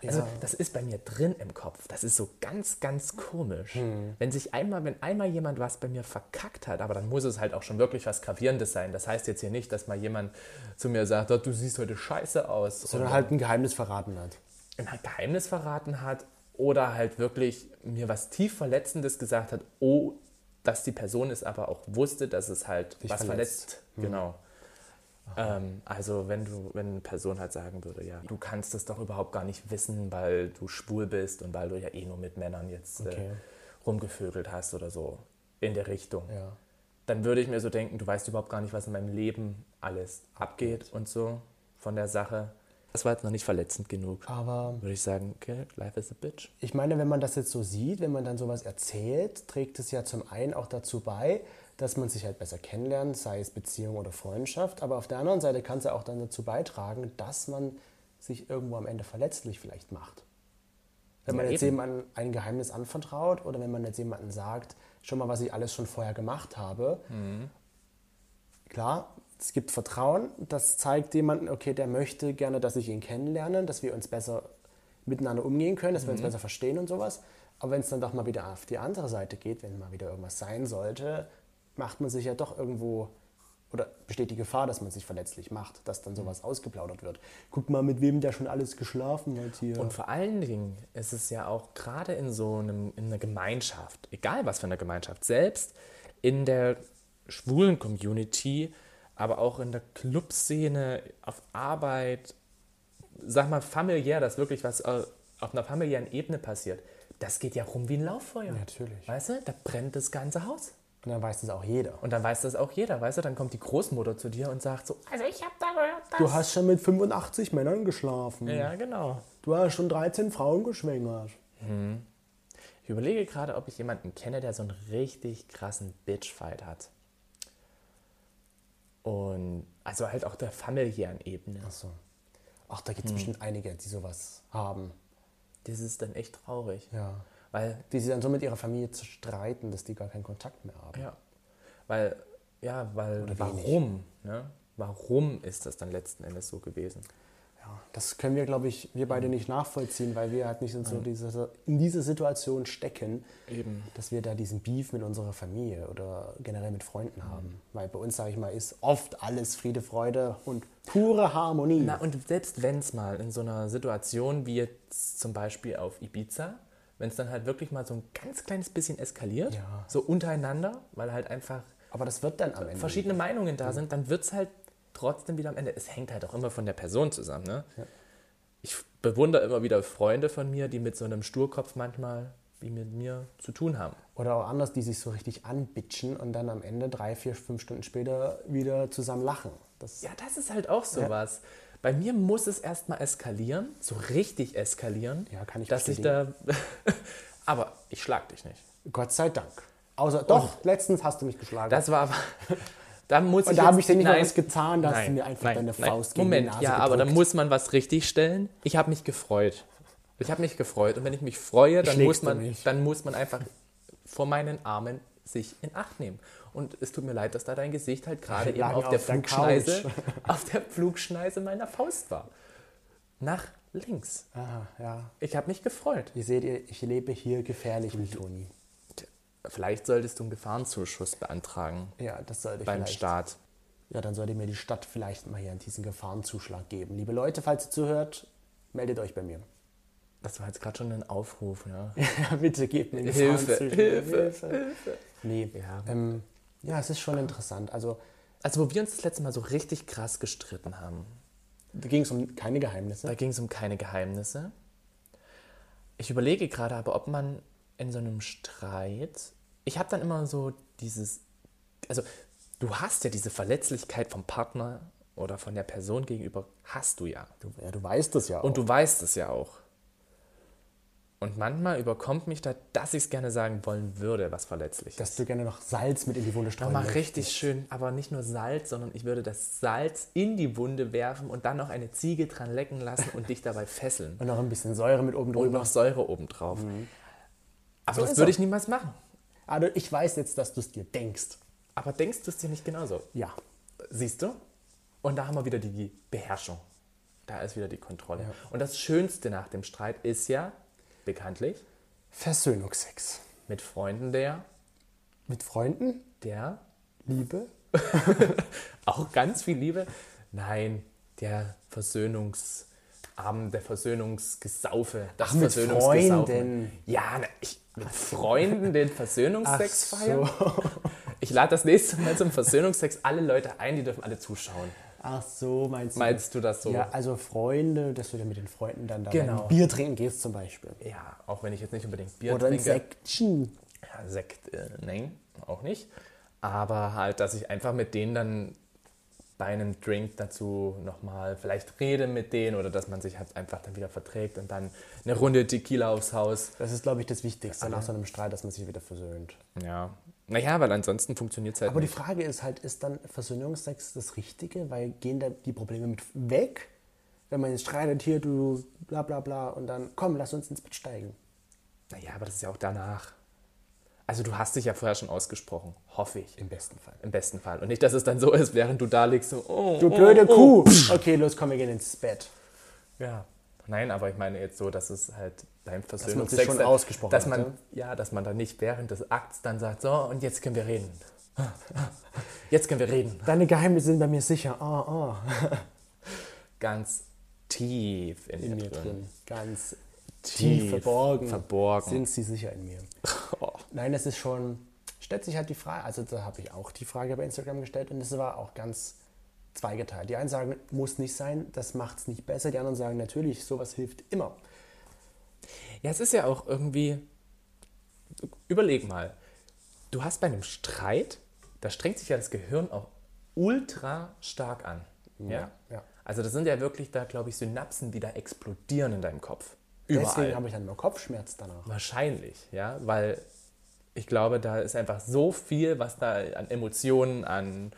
Speaker 1: Ja.
Speaker 2: Also das ist bei mir drin im Kopf. Das ist so ganz, ganz komisch.
Speaker 1: Hm.
Speaker 2: Wenn sich einmal, wenn einmal jemand was bei mir verkackt hat, aber dann muss es halt auch schon wirklich was Gravierendes sein. Das heißt jetzt hier nicht, dass mal jemand zu mir sagt, "Oh, du siehst heute scheiße aus.
Speaker 1: sondern
Speaker 2: Und
Speaker 1: halt ein Geheimnis verraten hat.
Speaker 2: ein Geheimnis verraten hat oder halt wirklich mir was tief Verletzendes gesagt hat, oh, dass die Person es aber auch wusste, dass es halt
Speaker 1: Dich
Speaker 2: was
Speaker 1: verletzt. Mhm.
Speaker 2: verletzt. Genau. Ähm, also wenn du, wenn eine Person halt sagen würde, ja, du kannst das doch überhaupt gar nicht wissen, weil du schwul bist und weil du ja eh nur mit Männern jetzt
Speaker 1: Okay.
Speaker 2: äh, rumgevögelt hast oder so in der Richtung
Speaker 1: Ja.
Speaker 2: dann würde ich mir so denken, du weißt überhaupt gar nicht, was in meinem Leben alles abgeht und so von der Sache. Das war jetzt noch nicht verletzend genug.
Speaker 1: Aber
Speaker 2: Würde ich sagen, okay, life is a bitch.
Speaker 1: ich meine, wenn man das jetzt so sieht, wenn man dann sowas erzählt, trägt es ja zum einen auch dazu bei, dass man sich halt besser kennenlernt, sei es Beziehung oder Freundschaft. Aber auf der anderen Seite kann es ja auch dann dazu beitragen, dass man sich irgendwo am Ende verletzlich vielleicht macht. Wenn
Speaker 2: Ja,
Speaker 1: man jetzt
Speaker 2: eben.
Speaker 1: jemandem ein Geheimnis anvertraut oder wenn man jetzt jemandem sagt, schon mal, was ich alles schon vorher gemacht habe, klar, es gibt Vertrauen, das zeigt jemanden, okay, der möchte gerne, dass ich ihn kennenlerne, dass wir uns besser miteinander umgehen können, dass wir uns besser verstehen und sowas. Aber wenn es dann doch mal wieder auf die andere Seite geht, wenn mal wieder irgendwas sein sollte, macht man sich ja doch irgendwo oder besteht die Gefahr, dass man sich verletzlich macht, dass dann sowas ausgeplaudert wird. Guck mal, mit wem der schon alles geschlafen hat hier.
Speaker 2: Und vor allen Dingen ist es ja auch gerade in so einem, in einer Gemeinschaft, egal was für eine Gemeinschaft, selbst in der schwulen Community, aber auch in der Clubszene, auf Arbeit, sag mal familiär, dass wirklich was äh, auf einer familiären Ebene passiert, das geht ja rum wie ein Lauffeuer.
Speaker 1: Natürlich.
Speaker 2: Weißt du, da brennt das ganze Haus.
Speaker 1: und dann weiß das auch jeder.
Speaker 2: Und dann weiß das auch jeder, weißt du? Dann kommt die Großmutter zu dir und sagt so, also ich hab da gehört, dass...
Speaker 1: Du hast schon mit 85 Männern geschlafen.
Speaker 2: ja, genau.
Speaker 1: Du hast schon 13 Frauen geschwängert.
Speaker 2: Ich überlege gerade, ob ich jemanden kenne, der so einen richtig krassen Bitchfight hat. Und also halt auch der familiären Ebene.
Speaker 1: Ach so. Ach, da gibt
Speaker 2: Hm.
Speaker 1: es bestimmt einige, die sowas haben.
Speaker 2: Das ist dann echt traurig.
Speaker 1: Ja.
Speaker 2: Weil,
Speaker 1: Die sich dann so mit ihrer Familie zu streiten, dass die gar keinen Kontakt mehr haben.
Speaker 2: ja, weil, ja, weil,
Speaker 1: Oder wenig.
Speaker 2: warum, ne? Warum ist das dann letzten Endes so gewesen?
Speaker 1: Ja, Das können wir, glaube ich, wir
Speaker 2: Hm.
Speaker 1: beide nicht nachvollziehen, weil wir halt nicht in, so diese, in dieser Situation stecken,
Speaker 2: Eben.
Speaker 1: dass wir da diesen Beef mit unserer Familie oder generell mit Freunden
Speaker 2: Hm.
Speaker 1: haben. Weil bei uns, sage ich mal, ist oft alles Friede, Freude und pure Harmonie.
Speaker 2: Na, und selbst wenn es mal in so einer Situation wie jetzt zum Beispiel auf Ibiza, wenn es dann halt wirklich mal so ein ganz kleines bisschen eskaliert,
Speaker 1: Ja.
Speaker 2: so untereinander, weil halt einfach
Speaker 1: Aber das wird dann am Ende.
Speaker 2: verschiedene Meinungen da sind, dann wird es halt trotzdem wieder am Ende. Es hängt halt auch immer von der Person zusammen. Ne? Ich bewundere immer wieder Freunde von mir, die mit so einem Sturkopf manchmal wie mit mir zu tun haben.
Speaker 1: Oder auch anders, die sich so richtig anbitschen und dann am Ende drei, vier, fünf Stunden später wieder zusammen lachen. Das
Speaker 2: Ja, das ist halt auch sowas. Bei mir muss es erstmal eskalieren, so richtig eskalieren,
Speaker 1: Ja, kann ich
Speaker 2: dass ich da. <laughs> Aber ich schlag dich nicht.
Speaker 1: Gott sei Dank. Außer, doch, letztens hast du mich geschlagen.
Speaker 2: Oh. Das war <laughs> aber. Da muss
Speaker 1: und
Speaker 2: ich
Speaker 1: da habe
Speaker 2: jetzt-
Speaker 1: ich dir nicht mal
Speaker 2: nein,
Speaker 1: was getan, da hast du
Speaker 2: nein,
Speaker 1: mir einfach
Speaker 2: nein,
Speaker 1: deine
Speaker 2: nein.
Speaker 1: Faust gegen
Speaker 2: Moment,
Speaker 1: die Nase
Speaker 2: ja, aber da
Speaker 1: gedrückt.
Speaker 2: muss man was richtigstellen. Ich habe mich gefreut. Ich habe mich gefreut. Und wenn ich mich freue, dann
Speaker 1: Schlägst
Speaker 2: muss,
Speaker 1: du
Speaker 2: man,
Speaker 1: mich.
Speaker 2: dann muss man einfach vor meinen Armen sich in Acht nehmen. Und es tut mir leid, dass da dein Gesicht halt gerade
Speaker 1: Wir
Speaker 2: eben
Speaker 1: lagen
Speaker 2: auf der,
Speaker 1: auf der
Speaker 2: Flugschneise, <laughs> auf der Flugschneise meiner Faust war. Nach links.
Speaker 1: Aha, ja.
Speaker 2: Ich habe mich gefreut.
Speaker 1: Ihr seht, ihr, ich lebe hier gefährlich mit Toni.
Speaker 2: Vielleicht solltest du einen Gefahrenzuschuss beantragen
Speaker 1: Ja, das sollte ich
Speaker 2: beim
Speaker 1: vielleicht.
Speaker 2: Staat.
Speaker 1: Ja, dann sollte mir die Stadt vielleicht mal hier an diesen Gefahrenzuschlag geben. Liebe Leute, falls ihr zuhört, meldet euch bei mir. <laughs>
Speaker 2: Das war jetzt gerade schon ein Aufruf, ja.
Speaker 1: Ja, bitte gebt mir den
Speaker 2: Hilfe,
Speaker 1: Gefahrenzuschlag.
Speaker 2: Hilfe,
Speaker 1: Nee,
Speaker 2: Ja.
Speaker 1: ähm, ja, es ist schon interessant. Also,
Speaker 2: Also, wo wir uns das letzte Mal so richtig krass gestritten haben,
Speaker 1: da ging es um keine Geheimnisse.
Speaker 2: da ging es um keine Geheimnisse. Ich überlege gerade aber, ob man in so einem Streit. Ich habe dann immer so dieses. Also, du hast ja diese Verletzlichkeit vom Partner oder von der Person gegenüber, hast du ja.
Speaker 1: Du, ja, du weißt das ja auch.
Speaker 2: Und du weißt es ja auch. Und manchmal überkommt mich da, dass ich es gerne sagen wollen würde, was verletzlich ist.
Speaker 1: Dass du gerne noch Salz mit in die Wunde streuen
Speaker 2: Nochmal
Speaker 1: möchtest.
Speaker 2: richtig schön, aber nicht nur Salz, sondern ich würde das Salz in die Wunde werfen und dann noch eine Ziege dran lecken lassen und dich dabei fesseln.
Speaker 1: Und noch ein bisschen Säure mit oben
Speaker 2: Und
Speaker 1: drüber.
Speaker 2: noch Säure obendrauf. Aber
Speaker 1: Mhm. So
Speaker 2: das
Speaker 1: ist er.
Speaker 2: würde ich niemals machen.
Speaker 1: Also ich weiß jetzt, dass du es dir denkst.
Speaker 2: Aber denkst du es dir nicht genauso?
Speaker 1: Ja.
Speaker 2: Siehst du? Und da haben wir wieder die Beherrschung. Da ist wieder die Kontrolle.
Speaker 1: Ja.
Speaker 2: Und das Schönste nach dem Streit ist ja, bekanntlich,
Speaker 1: Versöhnungsex.
Speaker 2: mit Freunden der,
Speaker 1: Mit Freunden?
Speaker 2: der <laughs>
Speaker 1: Liebe?
Speaker 2: auch ganz viel Liebe. Nein, der Versöhnungsabend, der Versöhnungsgesaufe. Das
Speaker 1: Ach, mit
Speaker 2: Versöhnungsgesaufe.
Speaker 1: Freunden.
Speaker 2: Ja, na, ich, mit Freunden den Versöhnungsex
Speaker 1: Ach
Speaker 2: feiern. Ich lade das nächste Mal zum Versöhnungsex alle Leute ein, die dürfen alle zuschauen.
Speaker 1: Ach so, meinst du?
Speaker 2: Meinst du das so?
Speaker 1: Ja, also Freunde, dass du dann mit den Freunden dann da
Speaker 2: Genau.
Speaker 1: ein Bier trinken gehst zum Beispiel.
Speaker 2: Ja, auch wenn ich jetzt nicht unbedingt Bier
Speaker 1: Oder ein
Speaker 2: trinke.
Speaker 1: Sektchen.
Speaker 2: Ja, Sekt, äh, nein, auch nicht. Aber halt, dass ich einfach mit denen dann bei einem Drink dazu nochmal vielleicht rede mit denen oder dass man sich halt einfach dann wieder verträgt und dann eine Runde Tequila aufs Haus.
Speaker 1: Das ist, glaube ich, das Wichtigste nach so einem Streit, dass man sich wieder versöhnt.
Speaker 2: Ja. Naja, weil ansonsten funktioniert es halt
Speaker 1: Aber die
Speaker 2: nicht.
Speaker 1: Frage ist halt, ist dann Versöhnungsex das Richtige? Weil gehen da die Probleme mit weg, wenn man jetzt streitet, hier, du, bla bla bla, und dann, komm, lass uns ins Bett steigen.
Speaker 2: Naja, aber das ist ja auch danach. Also du hast dich ja vorher schon ausgesprochen, hoffe ich.
Speaker 1: Im besten Fall.
Speaker 2: Im besten Fall. Und nicht, dass es dann so ist, während du da liegst, so, oh,
Speaker 1: Du blöde Kuh! Okay, los, komm, wir gehen ins Bett.
Speaker 2: Ja. Nein, aber ich meine jetzt so, dass es halt beim
Speaker 1: man
Speaker 2: Versöhnungsex
Speaker 1: sich schon
Speaker 2: dann-
Speaker 1: ausgesprochen
Speaker 2: dass
Speaker 1: hat,
Speaker 2: man,
Speaker 1: ja?
Speaker 2: ja, dass man dann nicht während des Akts dann sagt, so und jetzt können wir reden. Jetzt können wir reden.
Speaker 1: Deine Geheimnisse sind bei mir sicher. Ah, ah.
Speaker 2: Ganz tief in,
Speaker 1: In
Speaker 2: dir
Speaker 1: mir
Speaker 2: drin.
Speaker 1: drin. Ganz
Speaker 2: Tief
Speaker 1: tief, verborgen.
Speaker 2: verborgen.
Speaker 1: Sind sie sicher in mir.
Speaker 2: Oh.
Speaker 1: Nein, das ist schon, stellt sich halt die Frage, also da habe ich auch die Frage bei Instagram gestellt und es war auch ganz zweigeteilt. Die einen sagen, muss nicht sein, das macht es nicht besser. Die anderen sagen, natürlich, sowas hilft immer.
Speaker 2: Ja, es ist ja auch irgendwie. Überleg mal. Du hast bei einem Streit, da strengt sich ja das Gehirn auch ultra stark an. Ja.
Speaker 1: ja.
Speaker 2: Also das sind ja wirklich da, glaube ich, Synapsen, die da explodieren in deinem Kopf.
Speaker 1: Deswegen habe ich dann immer Kopfschmerz danach.
Speaker 2: Wahrscheinlich, ja, weil ich glaube, da ist einfach so viel, was da an Emotionen, an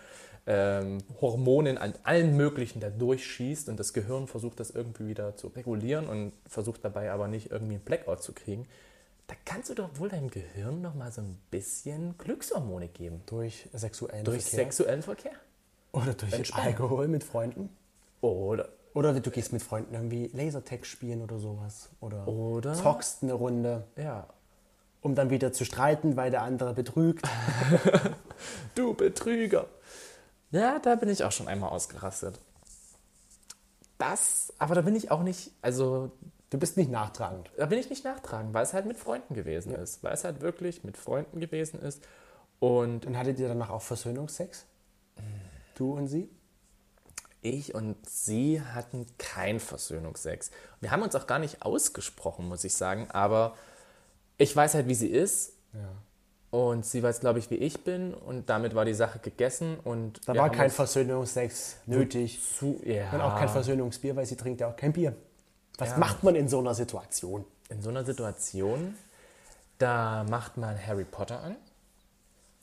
Speaker 2: ähm, Hormonen, an allen möglichen da durchschießt und das Gehirn versucht das irgendwie wieder zu regulieren und versucht dabei aber nicht irgendwie einen Blackout zu kriegen. Da kannst du doch wohl deinem Gehirn noch mal so ein bisschen Glückshormone geben.
Speaker 1: Durch sexuellen
Speaker 2: Durch
Speaker 1: Verkehr.
Speaker 2: sexuellen Verkehr.
Speaker 1: Oder durch
Speaker 2: Entspannen.
Speaker 1: Alkohol mit Freunden.
Speaker 2: Oder,
Speaker 1: Oder du gehst mit Freunden irgendwie Lasertag spielen oder sowas. Oder,
Speaker 2: Oder-
Speaker 1: zockst eine Runde,
Speaker 2: ja.
Speaker 1: um dann wieder zu streiten, weil der andere betrügt.
Speaker 2: Du Betrüger. Ja, da bin ich auch schon einmal ausgerastet. Das, aber da bin ich auch nicht, also
Speaker 1: Du bist nicht nachtragend.
Speaker 2: da bin ich nicht nachtragen, weil es halt mit Freunden gewesen ist. Weil es halt wirklich mit Freunden gewesen ist. Und
Speaker 1: Und hattet ihr danach auch Versöhnungsex? Du und sie?
Speaker 2: ich und sie hatten kein Versöhnungsex. Wir haben uns auch gar nicht ausgesprochen, muss ich sagen. Aber ich weiß halt, wie sie ist.
Speaker 1: Ja.
Speaker 2: Und sie weiß, glaube ich, wie ich bin. Und damit war die Sache gegessen. Und
Speaker 1: Da
Speaker 2: wir
Speaker 1: war
Speaker 2: haben
Speaker 1: kein
Speaker 2: uns
Speaker 1: Versöhnungsex nötig.
Speaker 2: zu, ja.
Speaker 1: Und auch kein Versöhnungsbier, weil sie trinkt ja auch kein Bier. Was
Speaker 2: Ja.
Speaker 1: macht man in so einer Situation?
Speaker 2: In so einer Situation, da macht man Harry Potter an.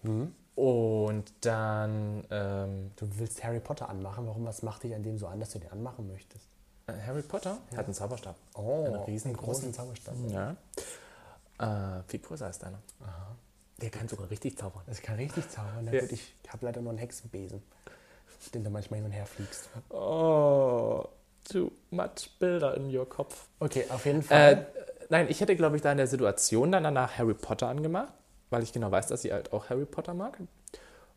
Speaker 1: Mhm.
Speaker 2: Und dann ähm,
Speaker 1: Du willst Harry Potter anmachen. Warum? Was macht dich an dem so an, dass du den anmachen möchtest?
Speaker 2: Äh, Harry Potter hat einen Zauberstab.
Speaker 1: Oh,
Speaker 2: einen riesengroßen.
Speaker 1: großen Zauberstab.
Speaker 2: Ja. Äh, viel größer als deiner. Der kann sogar richtig zaubern.
Speaker 1: Das kann richtig zaubern.
Speaker 2: Ja.
Speaker 1: Ja. Ich habe leider nur einen Hexenbesen, den du manchmal hin und her fliegst.
Speaker 2: Oh, too much Bilder in your Kopf.
Speaker 1: Okay, auf jeden
Speaker 2: Äh,
Speaker 1: Fall.
Speaker 2: nein, ich hätte, glaube ich, da in der Situation dann danach Harry Potter angemacht, weil ich genau weiß, dass sie halt auch Harry Potter mag.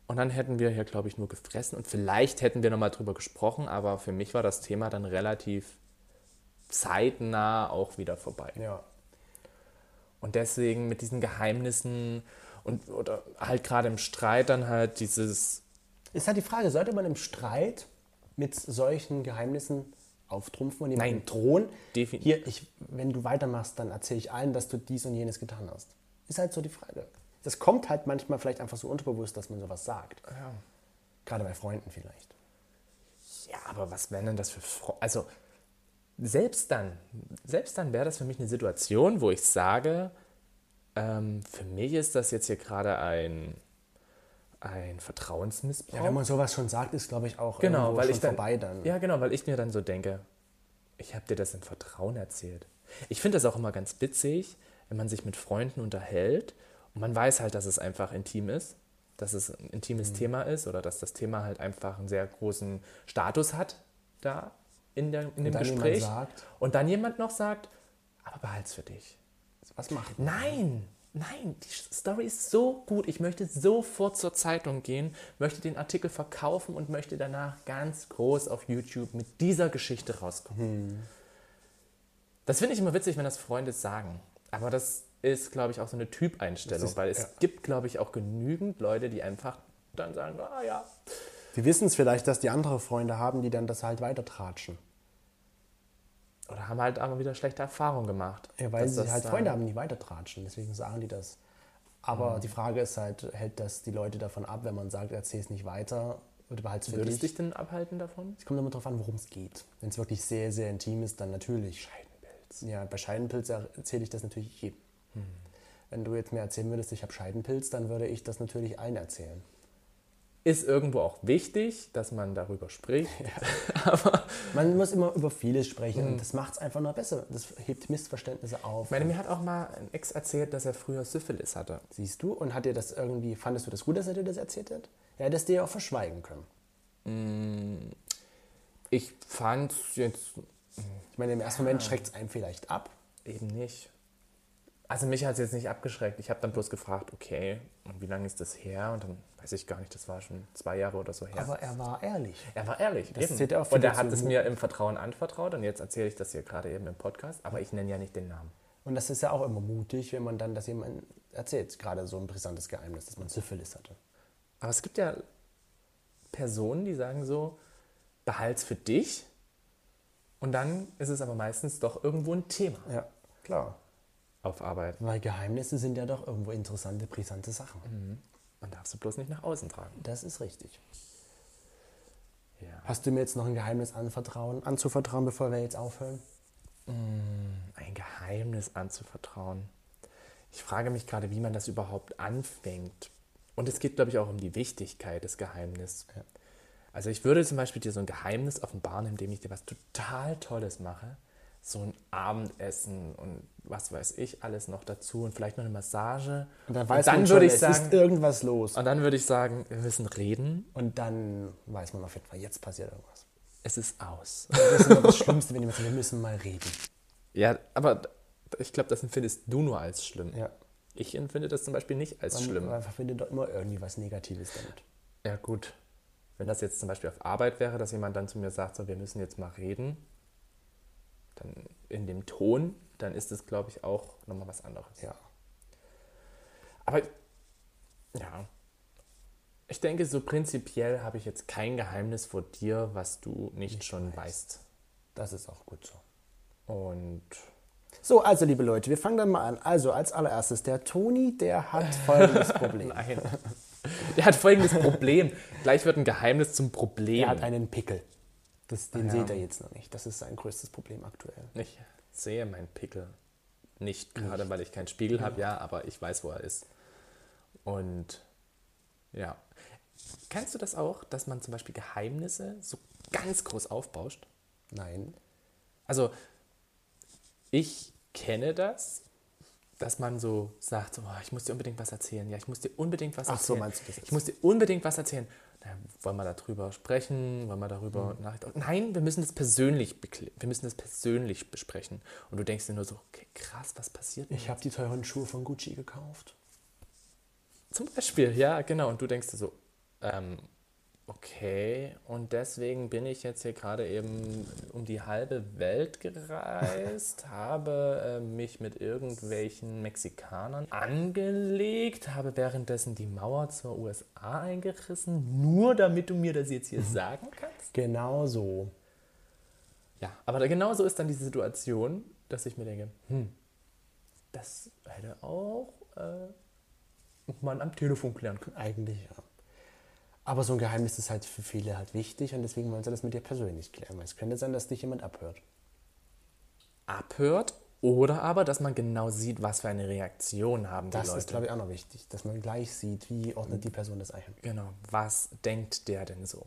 Speaker 2: Und dann hätten wir hier, glaube ich, nur gefressen und vielleicht hätten wir nochmal drüber gesprochen, aber für mich war das Thema dann relativ zeitnah auch wieder vorbei.
Speaker 1: ja.
Speaker 2: Und deswegen mit diesen Geheimnissen und oder halt gerade im Streit dann halt dieses,
Speaker 1: Ist halt die Frage, sollte man im Streit mit solchen Geheimnissen auftrumpfen und jemanden
Speaker 2: Nein.
Speaker 1: drohen?
Speaker 2: Defin-
Speaker 1: Hier, ich, wenn du weitermachst, dann erzähle ich allen, dass du dies und jenes getan hast. Ist halt so die Frage. Das kommt halt manchmal vielleicht einfach so unterbewusst, dass man sowas sagt. Gerade bei Freunden vielleicht.
Speaker 2: ja, aber was wären denn das für Fre Also, selbst dann, selbst dann wäre das für mich eine Situation, wo ich sage, ähm, für mich ist das jetzt hier gerade ein, ein Vertrauensmissbrauch.
Speaker 1: Ja, wenn man sowas schon sagt, ist, glaube ich, auch
Speaker 2: genau,
Speaker 1: irgendwo
Speaker 2: weil
Speaker 1: schon
Speaker 2: ich dann,
Speaker 1: vorbei dann.
Speaker 2: Ja, genau, weil ich mir dann so denke, ich habe dir das im Vertrauen erzählt. Ich finde das auch immer ganz witzig, wenn man sich mit Freunden unterhält und man weiß halt, dass es einfach intim ist, dass es ein intimes
Speaker 1: Mhm.
Speaker 2: Thema ist oder dass das Thema halt einfach einen sehr großen Status hat da in, der, in dem
Speaker 1: dann jemand
Speaker 2: Gespräch.
Speaker 1: sagt-
Speaker 2: und dann jemand noch sagt, aber behalt's für dich.
Speaker 1: Was macht man?
Speaker 2: Nein, nein, die Story ist so gut. Ich möchte sofort zur Zeitung gehen, möchte den Artikel verkaufen und möchte danach ganz groß auf YouTube mit dieser Geschichte rauskommen.
Speaker 1: Hm.
Speaker 2: Das finde ich immer witzig, wenn das Freunde sagen. Aber das ist, glaube ich, auch so eine Typeinstellung,
Speaker 1: Das ist-
Speaker 2: weil es
Speaker 1: ja.
Speaker 2: gibt, glaube ich, auch genügend Leute, die einfach dann sagen, ah ja.
Speaker 1: Die wissen es vielleicht, dass die andere Freunde haben, die dann das halt weitertratschen.
Speaker 2: Oder haben halt aber wieder schlechte Erfahrungen gemacht.
Speaker 1: Ja, weil
Speaker 2: Dass
Speaker 1: sie
Speaker 2: das
Speaker 1: halt
Speaker 2: dann-
Speaker 1: Freunde haben, die weitertratschen. Deswegen sagen die das. Aber
Speaker 2: Mhm.
Speaker 1: die Frage ist halt, hält das die Leute davon ab, wenn man sagt, erzähl es nicht weiter oder behalt's für
Speaker 2: Würdest
Speaker 1: dich?
Speaker 2: dich denn abhalten davon?
Speaker 1: Es kommt immer darauf an, worum es geht. Wenn es wirklich sehr, sehr intim ist, dann natürlich.
Speaker 2: Scheidenpilz. Mhm.
Speaker 1: Ja, bei Scheidenpilz erzähle ich das natürlich jedem. Wenn du jetzt mir erzählen würdest, ich habe Scheidenpilz, dann würde ich das natürlich allen erzählen.
Speaker 2: Ist irgendwo auch wichtig, dass man darüber spricht. <laughs>
Speaker 1: Man muss immer über vieles sprechen und das macht es einfach nur besser. Das hebt Missverständnisse auf.
Speaker 2: Ich Mhm. meine, mir hat auch mal ein Ex erzählt, dass er früher Syphilis hatte.
Speaker 1: Siehst du, und hat dir das irgendwie, fandest du das gut, dass er dir das erzählt hat? Er hätte es dir ja auch verschweigen können.
Speaker 2: Ich fand es jetzt
Speaker 1: Ich meine, im ersten Moment schreckt es einem vielleicht ab.
Speaker 2: eben nicht. Also mich hat es jetzt nicht abgeschreckt. Ich habe dann bloß gefragt, okay, und wie lange ist das her? Und dann weiß ich gar nicht, das war schon zwei Jahre oder so her.
Speaker 1: Aber er war ehrlich.
Speaker 2: er war ehrlich.
Speaker 1: Das zählt ja auch viel
Speaker 2: und er
Speaker 1: dazu.
Speaker 2: hat es mir im Vertrauen anvertraut und jetzt erzähle ich das hier gerade eben im Podcast, aber ich nenne ja nicht den Namen.
Speaker 1: Und das ist ja auch immer mutig, wenn man dann das jemandem erzählt. Gerade so ein brisantes Geheimnis, dass man Syphilis hatte.
Speaker 2: Aber es gibt ja Personen, die sagen so, behalt's für dich. Und dann ist es aber meistens doch irgendwo ein Thema
Speaker 1: Ja, klar.
Speaker 2: auf Arbeit.
Speaker 1: Weil Geheimnisse sind ja doch irgendwo interessante, brisante Sachen.
Speaker 2: Man darf sie bloß nicht nach außen tragen.
Speaker 1: Das ist richtig.
Speaker 2: Ja.
Speaker 1: Hast du mir jetzt noch ein Geheimnis anvertrauen, anzuvertrauen, bevor wir jetzt aufhören?
Speaker 2: Ein Geheimnis anzuvertrauen. Ich frage mich gerade, wie man das überhaupt anfängt. Und es geht, glaube ich, auch um die Wichtigkeit des Geheimnisses.
Speaker 1: Ja.
Speaker 2: Also ich würde zum Beispiel dir so ein Geheimnis offenbaren, indem ich dir was total Tolles mache. So ein Abendessen und was weiß ich alles noch dazu und vielleicht noch eine Massage.
Speaker 1: Und dann weiß
Speaker 2: und dann
Speaker 1: man schon,
Speaker 2: würde ich
Speaker 1: es
Speaker 2: sagen,
Speaker 1: ist irgendwas los.
Speaker 2: Und dann würde ich sagen, wir müssen reden.
Speaker 1: Und dann weiß man auf jeden Fall, jetzt passiert irgendwas.
Speaker 2: Es ist aus.
Speaker 1: <laughs> Das ist immer das Schlimmste, wenn jemand sagt, wir müssen mal reden.
Speaker 2: ja, aber ich glaube, das empfindest du nur als schlimm.
Speaker 1: Ja.
Speaker 2: Ich empfinde das zum Beispiel nicht als
Speaker 1: Man
Speaker 2: schlimm.
Speaker 1: Man verbindet doch immer irgendwie was Negatives damit.
Speaker 2: äh, Ja, gut. Wenn das jetzt zum Beispiel auf Arbeit wäre, dass jemand dann zu mir sagt, so, wir müssen jetzt mal reden, dann in dem Ton, dann ist es, glaube ich, auch nochmal was anderes.
Speaker 1: Ja.
Speaker 2: Aber ja, ich denke, so prinzipiell habe ich jetzt kein Geheimnis vor dir, was du nicht, schon weißt.
Speaker 1: Das ist auch gut so.
Speaker 2: Und
Speaker 1: So, also liebe Leute, wir fangen dann mal an. Also als allererstes, der Toni, der <laughs> hat folgendes Problem.
Speaker 2: nein. <laughs> Der hat folgendes Problem. Gleich wird ein Geheimnis zum Problem.
Speaker 1: er hat einen Pickel. Das, den
Speaker 2: Ah, ja.
Speaker 1: seht ihr jetzt noch nicht. Das ist sein größtes Problem aktuell.
Speaker 2: ich sehe meinen Pickel. Nicht gerade, weil ich keinen Spiegel habe, ja, aber ich weiß, wo er ist. Und ja. Kennst du das auch, dass man zum Beispiel Geheimnisse so ganz groß aufbauscht?
Speaker 1: Nein.
Speaker 2: Also, ich kenne das, dass man so sagt, so, oh, ich muss dir unbedingt was erzählen. Ja, ich muss dir unbedingt was
Speaker 1: Ach so,
Speaker 2: erzählen.
Speaker 1: meinst du das jetzt?
Speaker 2: Ich muss dir unbedingt was erzählen. Na, wollen wir darüber sprechen? Wollen wir darüber Nachricht? Nein, wir müssen das persönlich bekl- wir müssen das persönlich besprechen. Und du denkst dir nur so, okay, krass, was passiert denn?
Speaker 1: Ich habe die teuren Schuhe von Gucci gekauft.
Speaker 2: Zum Beispiel, ja, genau. Und du denkst dir so, ähm, okay, und deswegen bin ich jetzt hier gerade eben um die halbe Welt gereist, habe äh, mich mit irgendwelchen Mexikanern angelegt, habe währenddessen die Mauer zur USA eingerissen, nur damit du mir das jetzt hier sagen kannst.
Speaker 1: Genau so.
Speaker 2: Ja, aber da genauso ist dann die Situation, dass ich mir denke, hm, das hätte auch äh, man am Telefon klären können.
Speaker 1: Eigentlich, ja. Aber so ein Geheimnis ist halt für viele halt wichtig und deswegen wollen sie das mit dir persönlich klären. Weil es könnte sein, dass dich jemand abhört.
Speaker 2: abhört oder aber, dass man genau sieht, was für eine Reaktion haben die
Speaker 1: Das
Speaker 2: Leute.
Speaker 1: ist, glaube ich, auch noch wichtig, dass man gleich sieht, wie ordnet die Person das ein.
Speaker 2: genau, was denkt der denn so?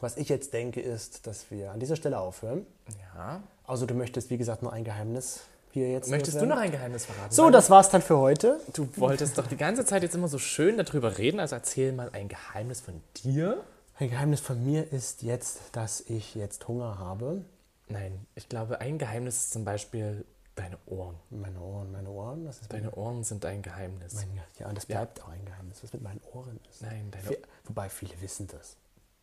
Speaker 1: Was ich jetzt denke, ist, dass wir an dieser Stelle aufhören.
Speaker 2: Ja.
Speaker 1: Also du möchtest, wie gesagt, nur ein Geheimnis hier jetzt.
Speaker 2: Möchtest du
Speaker 1: loswerden.
Speaker 2: noch ein Geheimnis verraten?
Speaker 1: So,
Speaker 2: Weil
Speaker 1: das war's dann für heute.
Speaker 2: du wolltest doch die ganze Zeit jetzt immer so schön darüber reden, also erzähl mal ein Geheimnis von dir.
Speaker 1: Ein Geheimnis von mir ist jetzt, dass ich jetzt Hunger habe.
Speaker 2: Nein, ich glaube, ein Geheimnis ist zum Beispiel deine Ohren.
Speaker 1: Meine Ohren, meine Ohren, das ist
Speaker 2: Deine Ohren sind ein Geheimnis.
Speaker 1: mein, mein, ja, und das bleibt auch ein Geheimnis, was mit meinen Ohren ist.
Speaker 2: Nein, deine
Speaker 1: Vi- Wobei viele wissen das.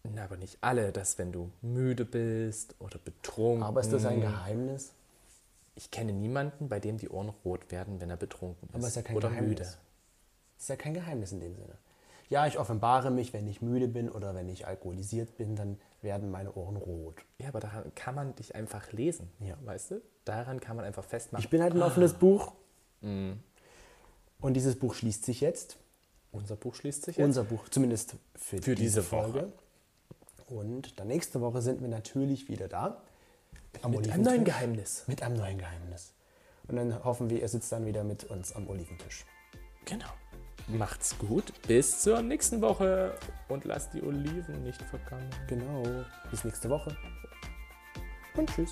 Speaker 2: Na, aber nicht alle, dass wenn du müde bist oder betrunken.
Speaker 1: Aber ist das
Speaker 2: Mm.
Speaker 1: ein Geheimnis?
Speaker 2: Ich kenne niemanden, bei dem die Ohren rot werden, wenn er betrunken ist.
Speaker 1: Aber ist ja kein
Speaker 2: oder
Speaker 1: Geheimnis.
Speaker 2: müde.
Speaker 1: Ist ja kein Geheimnis in dem Sinne. Ja, ich offenbare mich, wenn ich müde bin oder wenn ich alkoholisiert bin, dann werden meine Ohren rot.
Speaker 2: Ja, aber daran kann man dich einfach lesen.
Speaker 1: Ja.
Speaker 2: Weißt du? Daran kann man einfach festmachen.
Speaker 1: Ich bin halt ein offenes Buch.
Speaker 2: Mm.
Speaker 1: Und dieses Buch schließt sich jetzt.
Speaker 2: Unser Buch schließt sich jetzt.
Speaker 1: Unser Buch, zumindest für,
Speaker 2: Für diese
Speaker 1: Und dann nächste Woche sind wir natürlich wieder da. Am
Speaker 2: Mit einem
Speaker 1: Oliventisch.
Speaker 2: neuen Geheimnis.
Speaker 1: Mit einem neuen Geheimnis. Und dann hoffen wir, ihr sitzt dann wieder mit uns am Oliventisch.
Speaker 2: Genau. Macht's gut. Bis zur nächsten Woche. Und lasst die Oliven nicht vergammeln.
Speaker 1: Genau. Bis nächste Woche. Und tschüss.